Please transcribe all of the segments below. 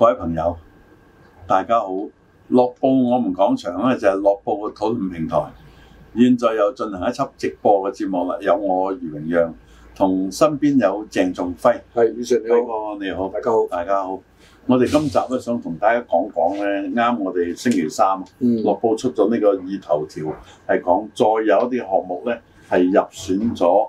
位朋友，大家好！樂報我們講場啊咧就係樂報嘅討論平台，現在又進行一輯直播嘅節目啦。有我余榮讓同身邊有鄭仲輝，係，宇順你好，輝哥你好，大家好。大家好。我哋今集咧想同大家講講咧，啱我哋星期三啊嗯樂報出咗呢個二頭條，係講再有一啲項目咧係入選咗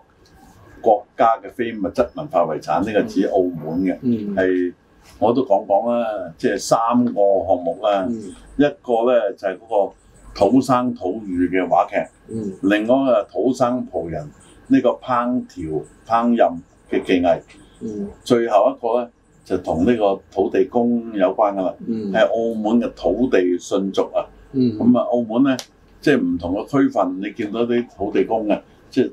國家嘅非物質文化遺產，呢、個指澳門嘅。嗯係我都講講啦，即係三個項目啦。嗯一個咧就係、嗰個土生土語嘅話劇，嗯另外一個係土生葡人呢、個烹調烹飪嘅技藝，嗯最後一個咧就同呢個土地公有關噶啦，嗯係澳門嘅土地信俗啊。嗯咁啊，澳門咧即係唔同嘅區份，你見到啲土地公嘅，即係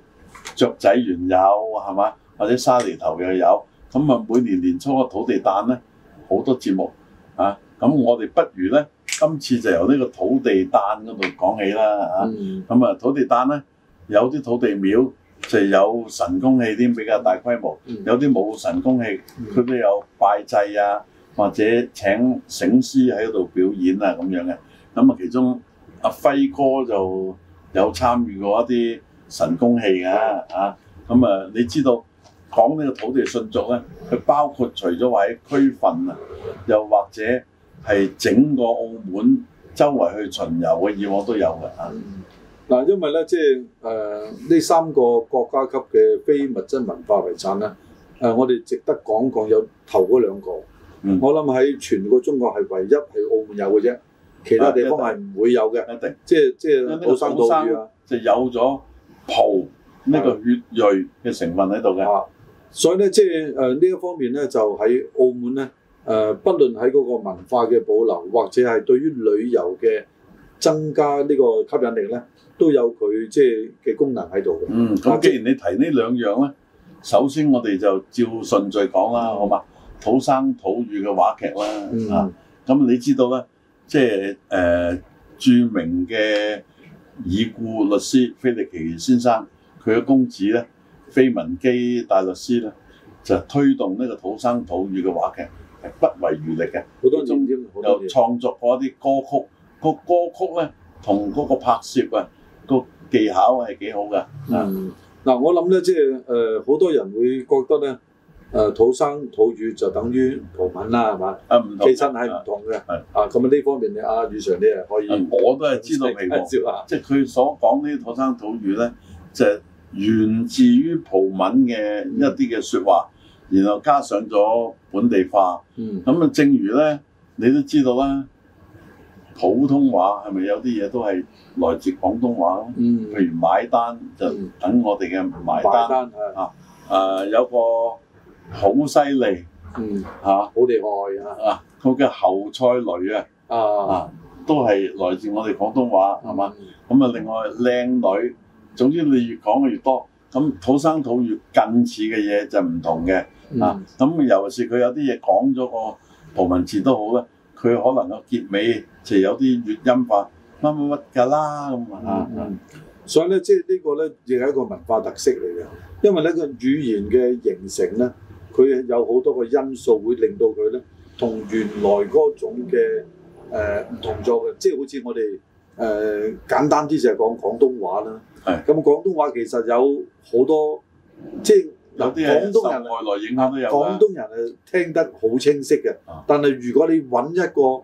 雀仔園有係嘛，或者沙梨頭又有。咁啊，每年年初嘅土地誕咧，好多節目啊。咁我哋不如咧，今次就由呢個土地誕嗰度講起啦啊。嗯咁啊，土地誕咧，有啲土地廟就有神功戲添，比較大規模；嗯有啲冇神功戲，嗯佢都有拜祭啊，或者請醒獅喺度表演啊咁樣嘅。咁啊，其中阿輝哥就有參與過一啲神功戲嘅啊。咁啊，你知道講呢個土地信俗咧，佢包括除咗話喺區份啊，又或者係整個澳門周圍去巡遊嘅，以往都有嘅啊。嗱，因為咧，即係誒呢三個國家級嘅非物質文化遺產咧，誒、我哋值得講講有頭嗰兩個，嗯我諗喺全個中國係唯一係澳門有嘅啫，其他地方係唔會有嘅，一定即係即因為呢係個土生土語啊，就有咗葡呢個血裔嘅成分喺度嘅。啊，所以咧，即係誒呢一方面咧，就喺澳門咧，誒、不論喺嗰個文化嘅保留，或者係對於旅遊嘅增加呢個吸引力咧，都有佢即係嘅功能喺度嘅。嗯，咁啊既然你提呢兩樣咧，首先我哋就照順序講啦，好嘛？土生土語嘅話劇嗯啦，啊，咁你知道咧，即係誒、呃著名嘅已故律師菲力奇先生，佢嘅公子咧，非文基大律師咧，就推動呢個土生土語嘅話劇係不遺餘力嘅。好多種添，好多又年。創作過一啲歌曲，個歌曲咧同嗰個拍攝啊個技巧係幾好㗎。啊，嗯，嗱，我諗咧，即係誒，好、多人會覺得咧，誒、土生土語就等於葡文啦，係嘛？啊唔同其實係唔同嘅。係啊，咁啊呢方面你阿宇常你係可以啊啊我都係知道皮毛，介紹下。即係佢所講呢啲土生土語咧，就係源自於葡文嘅一啲嘅説話，然後加上咗本地化。嗯咁啊，正如咧，你都知道啦，普通話係咪有啲嘢都係來自廣東話咯？嗯，譬如買單就嗯等我哋嘅買單。單啊誒、係。有個好犀利嗯，嚇好厲害啊！啊，佢嘅侯賽雷啊啊，啊，都係來自我哋廣東話係嘛？？咁啊，另外靚女，總之你越講越多。咁土生土語近似嘅嘢就唔同嘅啊啊，。咁尤其是佢有啲嘢講咗個葡文字都好啦，佢可能個結尾就有啲粵音化乜乜乜㗎啦咁啊。啊嗯，所以咧，即係呢個咧，亦係一個文化特色嚟嘅。因為呢個語言嘅形成咧，佢有好多個因素會令到佢咧，同原來嗰種嘅誒唔同咗嘅。即係好似我哋誒、呃、簡單啲就係講廣東話啦。係咁廣東話其實有好多，即係有嗱啲係廣受東外人來影響都有廣㗎。東人誒聽得好清晰嘅啊，但係如果你揾一個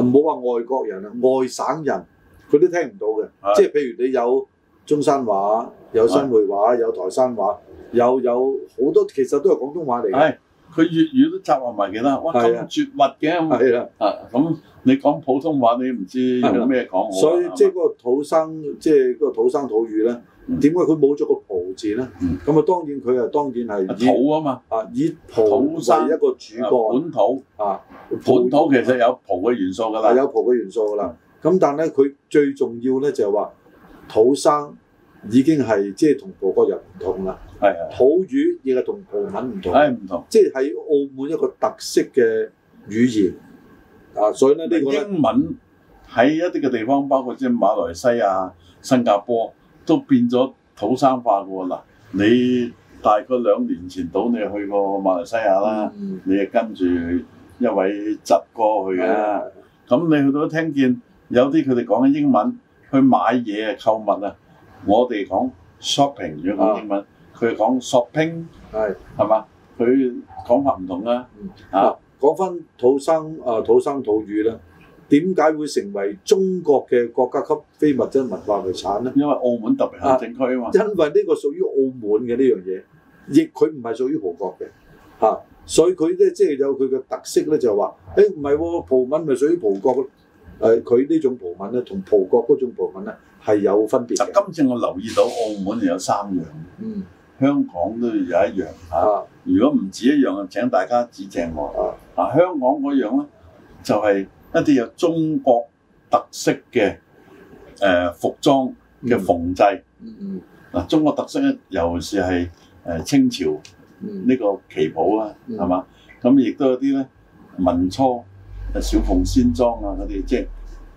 誒唔好話外國人啊，外省人佢都聽唔到嘅係，即係譬如你有中山話、有新會啊話、有台山話，有有好多其實都係廣東話嚟嘅，係佢粵語都集合埋其他，哇咁係啊絕密嘅咁係啦，啊，咁你講普通話，你唔知用咩講好啊所以即係係嘛嗰個土生，即係嗰個土生土語咧，嗯點解佢冇咗個葡字咧嗯？咁啊，當然佢啊，當然啊係以土啊嘛，啊以土葡生為一個主幹本土啊，本土其實有葡嘅元素㗎係啊啦，有葡嘅元素㗎啦。咁但係咧，佢最重要咧就係話土生已經係即係同葡國人唔同啦，係啊係土語亦係同葡文唔同，唉唔同。即係喺澳門一個特色嘅語言啊。所以咧呢個咧，英文喺一啲嘅地方，包括即係馬來西亞、新加坡，都變咗土生化㗎喎。嗱，你大概兩年前到你去過馬來西亞啦，嗯你係跟住一位窒過去嘅。咁你去到聽見有啲佢哋講緊英文，去買嘢啊、購物啊，我哋講 shopping 如果講英文，佢講 shopping 嗯係係嘛？佢講法唔同啦嗯。啊，講翻土生啊土生土語啦，點解會成為中國嘅國家級非物質文化遺產咧？因為澳門特別行政區啊嘛，因為呢個屬於澳門嘅呢樣嘢，亦佢唔係屬於葡國嘅嚇、啊所以佢咧即係有佢嘅特色咧，就係話誒唔係喎，葡文咪屬於葡國咯。誒佢呢種葡文咧，同葡國嗰種葡文咧係有分別嘅。嗱，今次我留意到澳門有三樣，嗯香港都有一樣啊。啊如果唔止一樣，啊請大家指正我。啊，香港嗰樣咧，就係、一啲有中國特色嘅誒、呃服裝嘅縫製。嗯嗯嗱、中國特色咧，尤其是係誒、呃清朝嗯呢個旗袍啦，嗯係嘛、咁亦都有啲咧民初誒小鳳仙裝啊嗰啲，即係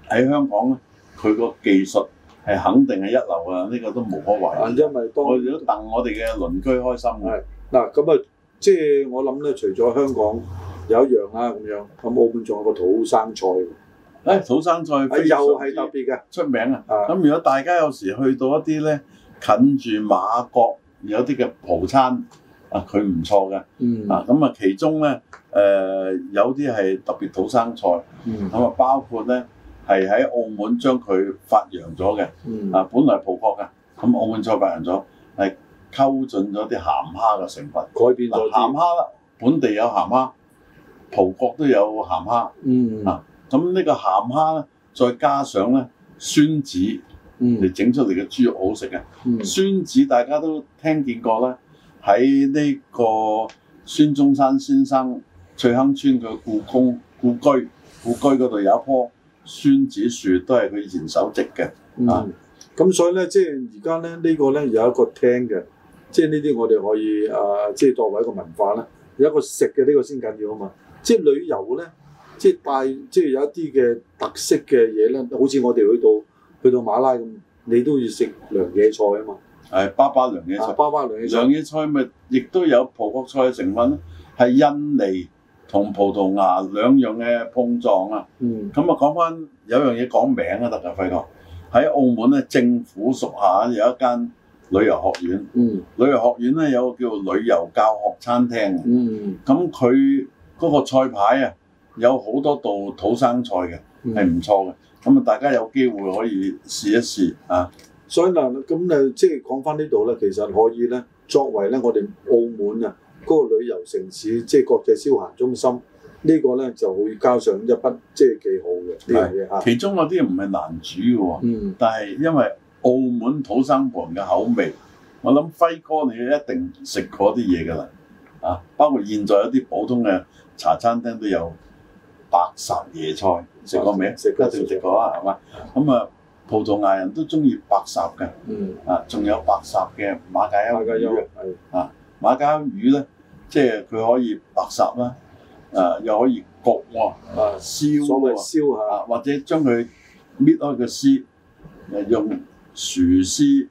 喺香港咧，佢個技術係肯定係一流啊！呢、個都無可啊，懷疑。因為當我哋都戥我哋嘅鄰居開心嘅。嗱咁啊，即係我諗咧，除咗香港有一樣啊啦咁樣，咁澳門仲有個土生菜喎，誒哎土生菜啊非又常係之特別嘅。出名啊！啊咁如果大家有時去到一啲咧近住馬國有啲嘅葡餐啊，佢唔錯嘅嗯啊。咁啊，其中咧誒、呃有啲係特別土生菜，嗯咁啊包括咧係喺澳門將佢發揚咗嘅嗯啊，本來葡國嘅，咁澳門再發揚咗係溝進咗啲鹹蝦嘅成分。改變嗱、咗鹹啲。蝦啦，本地有鹹蝦，葡國都有鹹蝦。嗯啊咁呢個鹹蝦咧，再加上咧酸子。嗯嚟整出嚟嘅豬肉好食嘅。嗯酸子大家都聽見過啦，喺呢個孫中山先生翠亨村佢故宮故居故居嗰度有一棵酸子樹，都係佢以前首席嘅。啊嗯，咁所以咧，即係而家咧呢個咧有一個聽嘅，即係呢啲我哋可以啊，即係作為一個文化啦。有一個食嘅呢個先緊要啊嘛。即係旅遊咧，即係帶即係有一啲嘅特色嘅嘢咧，好似我哋去到去到馬拉咁，你都要食涼野菜啊嘛，誒巴巴涼野啊菜，巴巴涼野菜涼。野菜咪亦都有葡國菜嘅成分啦，係印尼同葡萄牙兩樣嘅碰撞啊！嗯咁啊，講翻有樣嘢講名啊，得㗎輝哥喺澳門咧，政府屬下有一間旅遊學院。嗯旅遊學院咧有個叫旅遊教學餐廳嘅，嗯，咁佢嗰個菜牌啊有好多道土生菜嘅，係係。唔錯嘅。咁啊，大家有機會可以試一試啊！所以嗱，咁誒即係講翻呢度咧，其實可以咧，作為咧我哋澳門啊嗰個旅遊城市，即係國際消閒中心，呢個咧就會交上一筆即係幾好嘅呢樣嘢嚇。其中有啲唔係難煮嘅喎，嗯，但係因為澳門土生葡人嘅口味，我諗輝哥你一定食過啲嘢㗎啦啊！包括現在有啲普通嘅茶餐廳都有白烚椰菜，食過未啊？食過一定食過啊，係嘛？咁啊，葡萄牙人都中意白烚嘅。嗯，啊，仲有白烚嘅馬介大休家魚優啊，係馬介休魚咧，即係佢可以白烚啦，啊又可以焗喎、啊，燒所謂喎、燒啊嚇，或者將佢搣開個絲，誒用薯絲誒、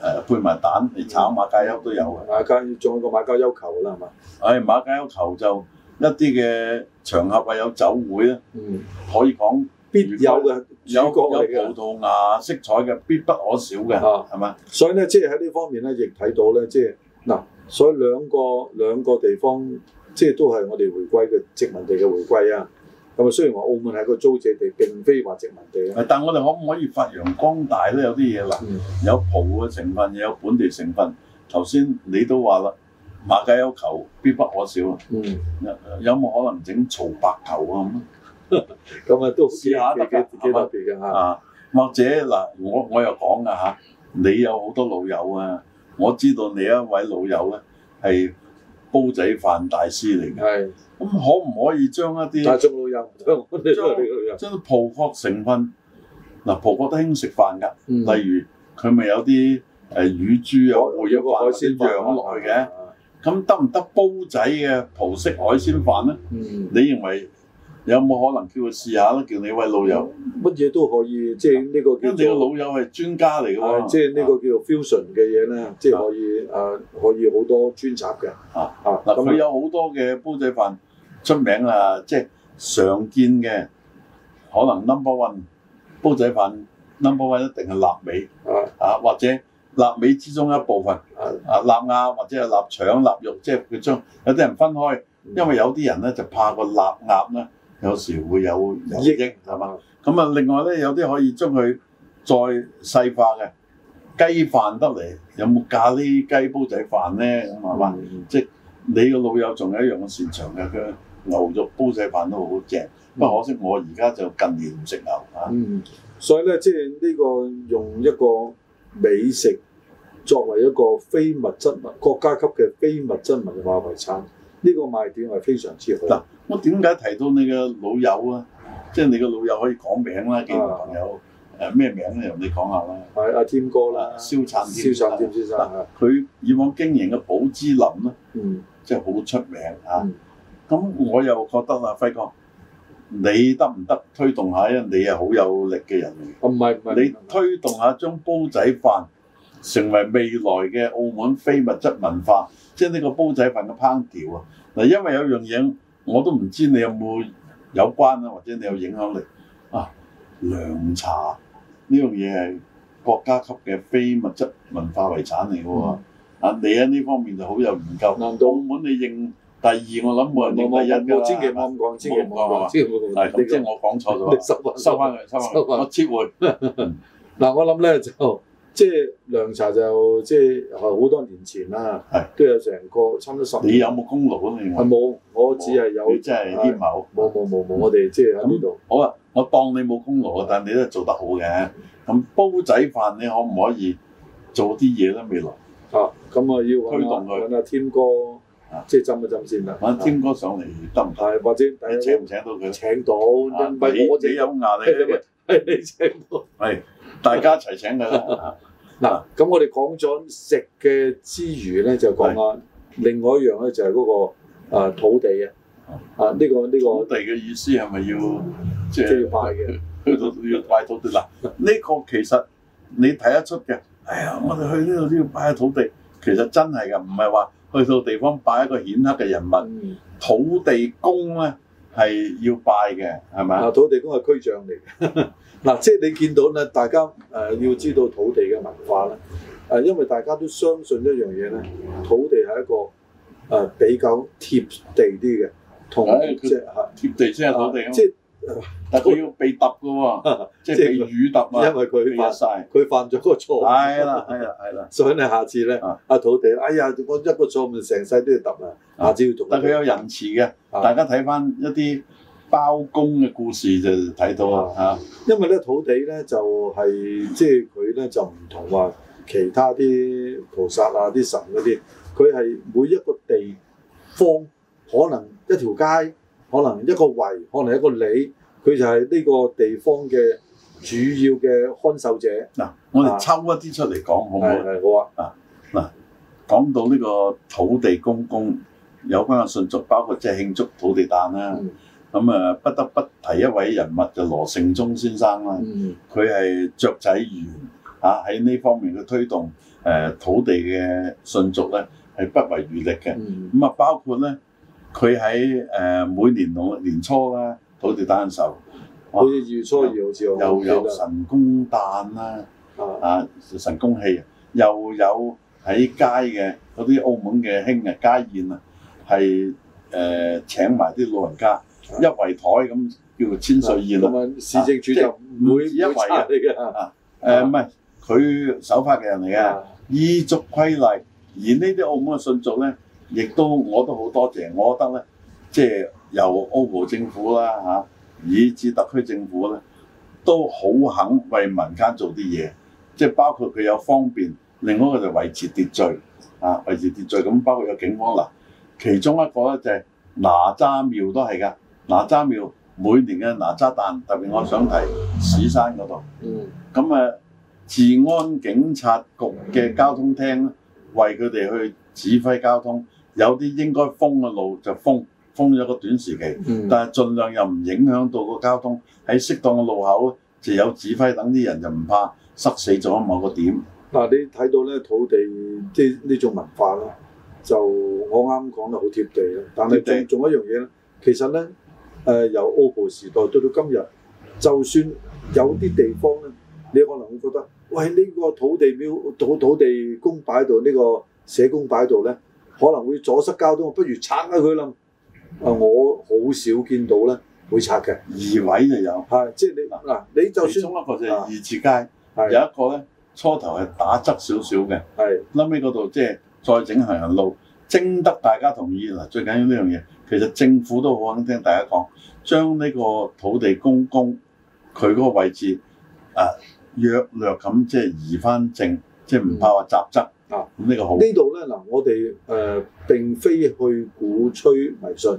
呃配埋蛋嚟炒馬介休都有嘅。馬交啊仲有個馬交優球啦，係嘛？唉、馬介休球就一啲嘅場合啊，有酒會咧，嗯，可以講必有嘅主角有有葡嚟嘅。萄牙色彩嘅必不可少嘅，啊係咪？所以咧，即係喺呢方面咧，亦睇到咧，即係嗱，所以兩個兩個地方，即係都係我哋回歸嘅殖民地嘅回歸啊。咁啊，雖然話澳門係個租借地，並非話殖民地啊。係但我哋可唔可以發揚光大咧？有啲嘢啦。嗯，有葡嘅成分，又有本地成分。頭先你都話啦，馬介休球必不可少啊！嗯，有有冇可能整曹白球啊咁啊都試下得幾㗎幾幾特別嘅咁嚇。啊？或者嗱，我我又講噶嚇，你有好多老友啊！我知道你一位老友咧係煲仔飯大師嚟嘅，係，咁可唔可以將一啲但係中老友，我哋都係呢個老友。將啲葡國成分嗱，葡國都興食飯㗎，嗯例如佢咪有啲誒乳豬啊、有回有個海鮮飯啊養落去嘅。。咁得唔得煲仔嘅葡式海鮮飯咧？嗯，你認為有冇可能叫佢試下咧？叫你位老友，乜嘢都可以，即係呢個因為叫你個做。老友係專家嚟嘅啊，喎，即係呢個叫做 fusion 嘅嘢咧，即係可以誒，可以好多專輯嘅。啊啊，嗱，咁佢有好多嘅煲仔飯，出名啊，即係常見嘅，可能 number one 煲仔飯 number one 一定係臘味啊啊，或者臘味之中一部分啊臘鴨或者係臘腸、臘肉，即係佢將有啲人分開，嗯因為有啲人咧就怕個臘鴨咧有時會有有益係嘛？咁啊，另外咧有啲可以將佢再細化嘅雞飯得嚟，有冇咖喱雞煲仔飯咧？咁係啊嘛？嗯你個老友仲有一樣嘅擅長嘅，佢牛肉煲仔飯都好正。不過可惜我而家就近年唔食牛啊。嗯，所以咧，即係呢個用一個美食作為一個非物質文國家級嘅非物質文化遺產，呢、個賣點係非常之好。嗱我點解提到你嘅老友啊？即係你個老友可以講名啦，幾個朋友誒咩名咧？由你講下啦。係阿添哥啊啦，啊蕭燦蕭添燦添先生啊，佢以往經營嘅寶芝林咧，嗯，即係好出名啊嗯。咁我又覺得啊，輝哥，你得唔得推動下？因為你係好有力嘅人嚟嘅。啊唔係唔係，你推動下將煲仔飯成為未來嘅澳門非物質文化，即係呢個煲仔飯嘅烹調啊！嗱，因為有樣嘢我都唔知你有冇有關啊，或者你有影響力啊，涼茶呢樣嘢係國家級嘅非物質文化遺產嚟嘅喎。嗯啊，你喺呢方面就好有研究。難道澳門你認第二，我諗冇冇人認冇第一啊㗎冇啦千祈唔好咁講，千祈唔好咁講，千祈唔好係咁講。呢咁，即係個我講錯你 咗，收翻收翻佢，收翻收返佢，我撤回。嗱，我諗咧就即係涼茶就即係啊好多年前啦係，都有成個差唔多十年。你有冇功勞啊？你係冇，我只係有你真係啲謀。冇冇冇冇，我哋即係喺呢度。好啊，我當你冇功勞啊，但你都係做得好嘅。咁煲仔飯你可唔可以做啲嘢咧？未來啊，咁啊要推揾動佢阿揾阿添哥啊，即係浸一浸先啦。啊揾啊添哥上嚟得唔得？係或者大你家請唔請到佢？請到，啊唔係我你哋你有牙力係嘅，係你請到。係大家一齊請佢啦。 嗱，咁我哋講咗食嘅之餘咧，就講下另外一樣咧，就係嗰個啊土地啊，啊呢個呢我個哋嘅意思係咪要即即係係要快嘅，去到要拜土地嗱，呢個其實你睇得出嘅。哎呀，我哋去呢度都要拜下土地，其實真係㗎，唔係話去到地方拜一個顯赫嘅人物，嗯土地公咧係要拜嘅，係咪啊？啊土地公係區長嚟嘅。 嗱，即係你見到咧，大家誒、呃要知道土地嘅文化咧，誒、因為大家都相信一樣嘢咧，土地係一個誒、呃比較貼地啲嘅，同唉佢即係啊貼地先係土地啊嘛即係但佢要被揼嘅喎，即係被雨揼啊，因為佢被犯日曬。佢犯咗個錯。係啦，係啦，係啦。所以你下次咧啊，阿土地，哎呀，我一個錯誤成世都要揼啦，啊下次要做。但佢有仁慈嘅，啊大家睇翻一啲包公嘅故事就睇到啊啦因為咧土地咧就係、即係佢咧就唔同話其他啲菩薩啊、啲神嗰啲，佢係每一個地方可能一條街，可能一個圍，可能一個里，佢就係呢個地方嘅主要嘅看守者。嚇。嗱，我哋抽一啲出嚟講好唔係哦好？係好啊，講到呢個土地公公有關嘅信俗，包括即係慶祝土地誕啦嗯。咁啊，不得不提一位人物就羅成忠先生啦。嗯，佢係雀仔園啊，喺呢方面嘅推動誒、土地嘅信俗咧係不遺餘力嘅。嗯咁啊，包括咧，佢喺誒每年農年初啦，土地誕嘅時候，哇好似二月初二好似我又嗯記有得神功誕啦，啊，啊神功戲，又有喺街嘅嗰啲澳門嘅興嘅家宴啊，係誒、呃、請埋啲老人家一圍台咁叫做千歲宴啦。咁啊，市政署就唔啊會即係唔唔會止一圍差啊你嘅。啊誒唔係，佢守法嘅人嚟嘅。依足規例，而呢啲澳門嘅信俗咧，亦都我都好多謝，我覺得咧，即係由澳葡政府啦嚇、以至特區政府咧，都好肯為民間做啲嘢，即係包括佢有方便，另外一個就維持秩序啊，維持秩序咁包括有警方嗱，其中一個咧就係哪吒廟都係㗎，哪吒廟每年嘅哪吒誕，特別我想提屎山嗰度。嗯。咁啊，治安警察局嘅交通廳咧，為佢哋去指揮交通，有啲應該封嘅路就封，封咗個短時期，嗯但係盡量又唔影響到個交通，喺適當嘅路口就有指揮，等啲人就唔怕塞死咗某個點。嗱，你睇到咧土地即係呢種文化咧，就我啱講得好貼地啦。但貼地係仲仲有一樣嘢咧，其實咧誒、由澳葡時代到到今日，就算有啲地方咧，你可能會覺得，喂呢、個土地廟土土地公擺喺度，呢、個社工擺喺度咧，可能會阻塞交通，不如拆咗佢啦。啊，我好少見到咧會拆嘅，二位就有，係即係你嗱，你就其中算一個就係啊二字街，有係一個咧初頭係打側少少嘅，係後尾嗰度即係再整行人路，徵得大家同意嗱，最緊要呢樣嘢。其實政府都好肯聽大家講，將呢個土地公公佢嗰個位置啊，約略咁即係移翻正，即係唔怕話雜質啊。咁呢個好。呢度咧嗱，我哋誒、呃、並非去鼓吹迷信。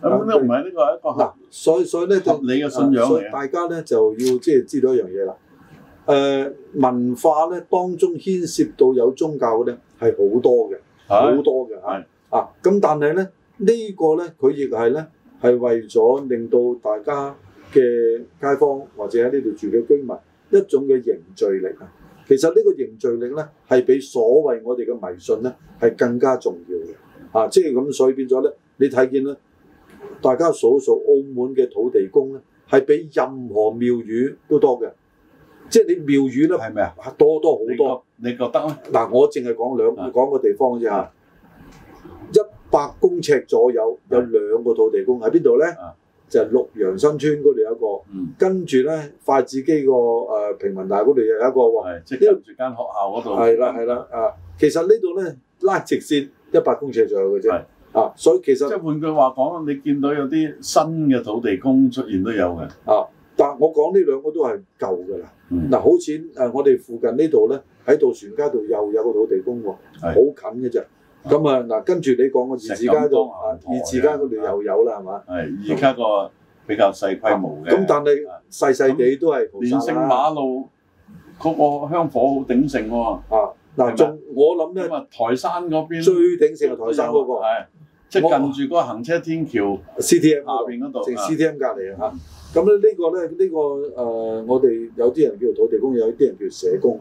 咁呢個唔係呢個係一個嗱合，所以所以咧，合理嘅信仰所以嚟嘅。啊大家咧就要即係知道一樣嘢啦。誒、文化咧當中牽涉到有宗教嘅咧係好多嘅，好係多嘅係嚇。啊，咁但係咧呢、個咧佢亦係咧係為咗令到大家嘅街坊或者喺呢度住嘅居民一種嘅凝聚力啊。其實呢個凝聚力咧係比所謂我哋嘅迷信咧係更加重要嘅。啊，即係咁，所以變咗咧，你睇見咧。大家數一數澳門嘅土地公咧，係比任何廟宇都多嘅，即係你廟宇咧係咪啊？多多好你多。覺你覺得咧？嗱，我淨係講兩啊講個地方嘅啫嚇，一百公尺左右有兩個土地公喺邊度咧啊？就係綠楊新村嗰度有一個，嗯，跟住咧筷子基個誒平民大嗰度又有一個喎。係即係近住間學校嗰度。係啦係啦啊，其實呢度咧拉直線一百公尺左右嘅啫係。啊，所以其即實係換句話講，你見到有啲新嘅土地公出現都有嘅。但我講呢兩個都係舊㗎啦。嗯，嗱，好似誒我哋附近呢度咧，喺渡船街度又有個土地公喎，好係近嘅啫。咁啊嗱，跟住你講個二字街度，啊石錦江二字街嗰度又有啦，係啊嘛？係而家個比較細規模嘅。咁但係細細地都係啊連菩勝薩啦。馬路嗰個香火好鼎盛喎，啊，嗱，仲我諗咧咁啊台山嗰邊最鼎盛係台山嗰個係即係近住嗰個行車天橋下 CTM 嗰度邊嗰度，正啊 CTM 隔離啊嚇。咁咧呢個咧呢個誒，我哋有啲人叫土地公，有啲人叫社工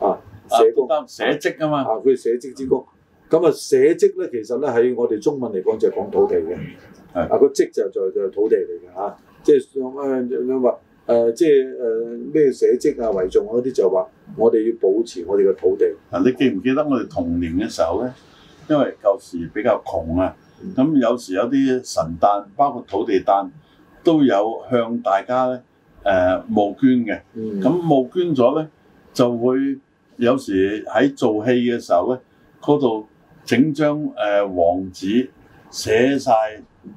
啊，啊社工都。得社職啊嘛，啊，佢社職之功。咁啊，社職咧，其實咧喺我哋中文嚟講就係講土地嘅。係啊，個職就就就係土地嚟嘅嚇，即係誒你話誒，即係誒咩社職啊、為重嗰啲就話，我哋要保持我哋嘅土地。嗱啊你記唔記得我哋童年嘅時候咧？因為舊時比較窮啊，嗯咁有時有啲神誕，包括土地誕，都有向大家咧誒募捐嘅。嗯咁募捐咗咧，就會有時喺做戲嘅時候咧，嗰度整張誒黃紙寫晒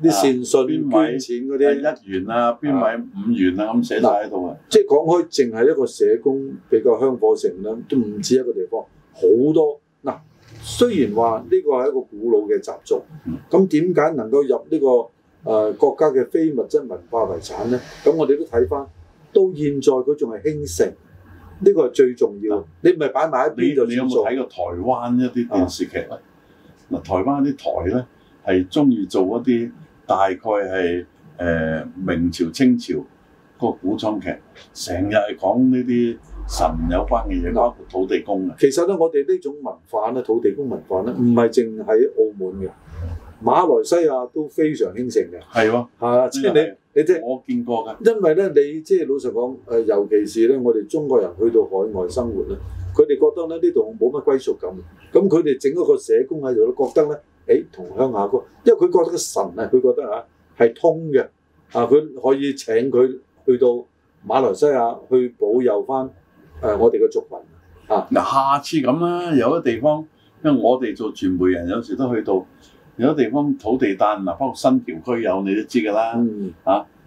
啲善信邊啊位捐錢誒嗰啲，一元啊，邊位五元啊咁寫晒喺度啊，即係講開，淨係一個社工比較香火城咧，都唔止一個地方，好多嗱。雖然話呢個係一個古老嘅習俗嗯，咁點解能夠入呢、個誒、呃、國家嘅非物質文化遺產咧？咁我哋都睇翻，到現在佢仲係興盛，呢、個係最重要嗱。你唔係擺埋一啊你你邊有就冇算數，睇過台灣一啊啲電視劇咧？嗱、台灣啲台咧係中意做一啲大概係誒、呃明朝清朝個古裝劇，成日係講呢啲神有關嘅嘢，嗱包括土地公啊。其實咧，我哋呢種文化咧，土地公文化咧，唔係淨喺澳門嘅，馬來西亞都非常興盛嘅。係喎、係啊，即係呢你你即係。我見過㗎。因為咧，你即係老實講，誒、呃尤其是咧，我哋中國人去到海外生活咧，佢哋覺得咧呢度冇乜歸屬感，咁佢哋整一個社工喺度咧，覺得咧，誒同鄉下個，因為佢覺得個神啊，佢覺得嚇係通嘅，啊佢可以請佢去到馬來西亞去保佑翻誒、我哋嘅族群，嗱，下次咁啦，有啲地方，因為我哋做傳媒人，有時都去到有啲地方土地誕嗱，包括新橋區有，你都知㗎啦。嗯，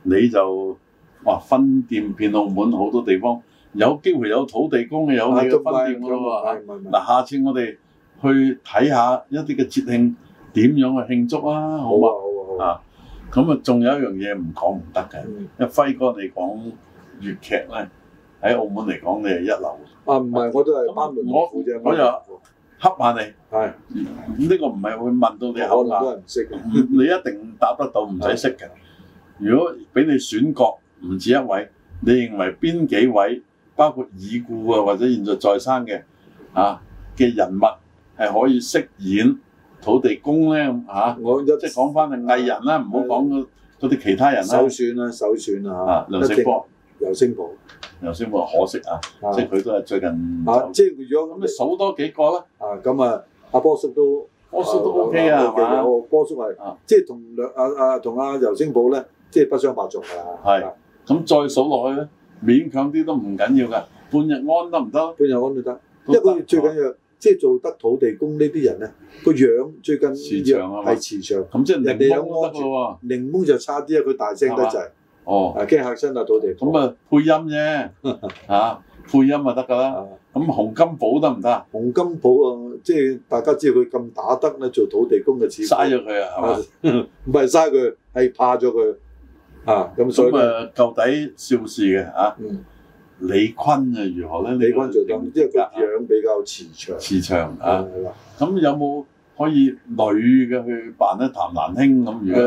你就話分店遍澳門好多地方，有機會有土地公嘅有啊你嘅分店㗎咯喎。唔係唔係唔係嗱，下次我哋去睇下一啲嘅節慶點樣去慶祝啊，好好嘛？啊好啊好啊，啊，咁啊，仲有一樣嘢唔講唔得嘅，嗯因為輝哥你講粵劇咧，喺澳門嚟講你係一流，啊唔係我都係咁班門我弄斧啫，我又恰下你。係呢個唔係會問到你我口可能都硬，係唔識嘅，你一定答得到，唔使識嘅。如果俾你選角唔止一位，你認為邊幾位，包括已故啊或者現在在生嘅啊嘅人物係可以飾演土地公咧咁嚇，我一即係講翻係藝人啦，唔好講嗰嗰啲其他人啦首。選啦，首選啦啊，嚇，梁醒波，劉星寶梁醒波可惜啊，啊即係佢都係最近啊，走。即係如果咁咁你數多幾個啦，啊咁啊，阿波叔都我數都 OK 啊，係嘛？有波叔係啊即係同梁啊啊同阿劉星寶咧，即係不相伯仲㗎啦。係啊咁再數落去咧，勉強啲都唔緊要㗎，半日安得唔得？潘友安都得，因都為得佢最緊要即係做得土地公呢啲人咧，個樣最緊慈要祥啊嘛係慈祥。咁即係人檸哋有檬都得㗎喎。檸檬就差啲啊，佢大聲得滯，哦，啊驚嚇親啊土地公。咁啊配音啫，嚇配音就得㗎啦。啊咁洪金寶得唔得啊？洪金寶啊，即係大家知道佢咁打得咧，做土地公嘅似乎嘥咗佢啊，係嘛？唔係嘥佢，係怕咗佢啊！咁所以咁咧，啊，舊底邵氏嘅嚇，嗯，李坤啊如何咧？李坤做得，因為個啊樣比較慈祥，慈祥啊，係啦。咁有冇可以女嘅去扮咧？譚蘭卿咁，如果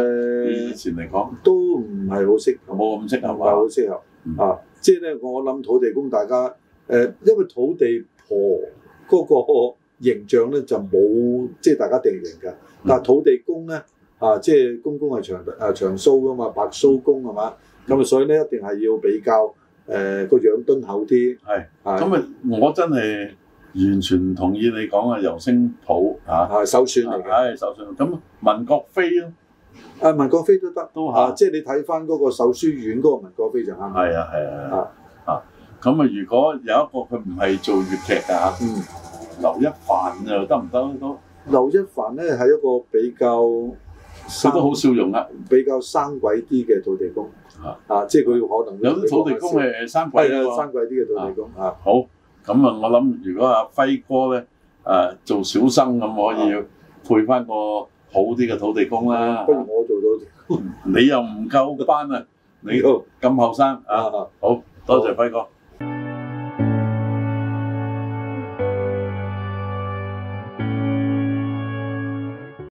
以誒，前嚟講，都唔係好適合，冇咁適唔係合好啊。適合嗯啊！即係咧，我諗土地公大家誒，因為土地婆嗰個形象咧就冇即係大家定型㗎，嗯但係土地公咧啊，即係公公係長啊長須㗎嘛，白須公係嘛，嗯咁啊，所以咧一定係要比較誒個樣敦厚啲，係啊咁啊，我真係完全唔同意你講啊，尤星普嚇，啊首選嚟嘅。唉，首相咁啊文國飛咧啊，文國飛都得，都啊，嚇，即係你睇翻嗰個手書院嗰個文國飛就啱。係啊係啊係啊啊！咁啊，如果有一個佢唔係做粵劇嘅嚇，嗯，劉一凡又得唔得都？劉一凡咧係一個比較佢生都好笑容啊！比較生鬼啲嘅土地公啊，啊，即係佢可能有啲土地公係生鬼㗎係喎啊，生鬼啲嘅土地公啊，好，咁啊，我諗如果阿輝哥咧，誒、做小生咁可以啊配翻個好啲嘅土地公啦不。如我做到你又唔夠班啊，你好咁後生啊，啊，好多謝輝哥。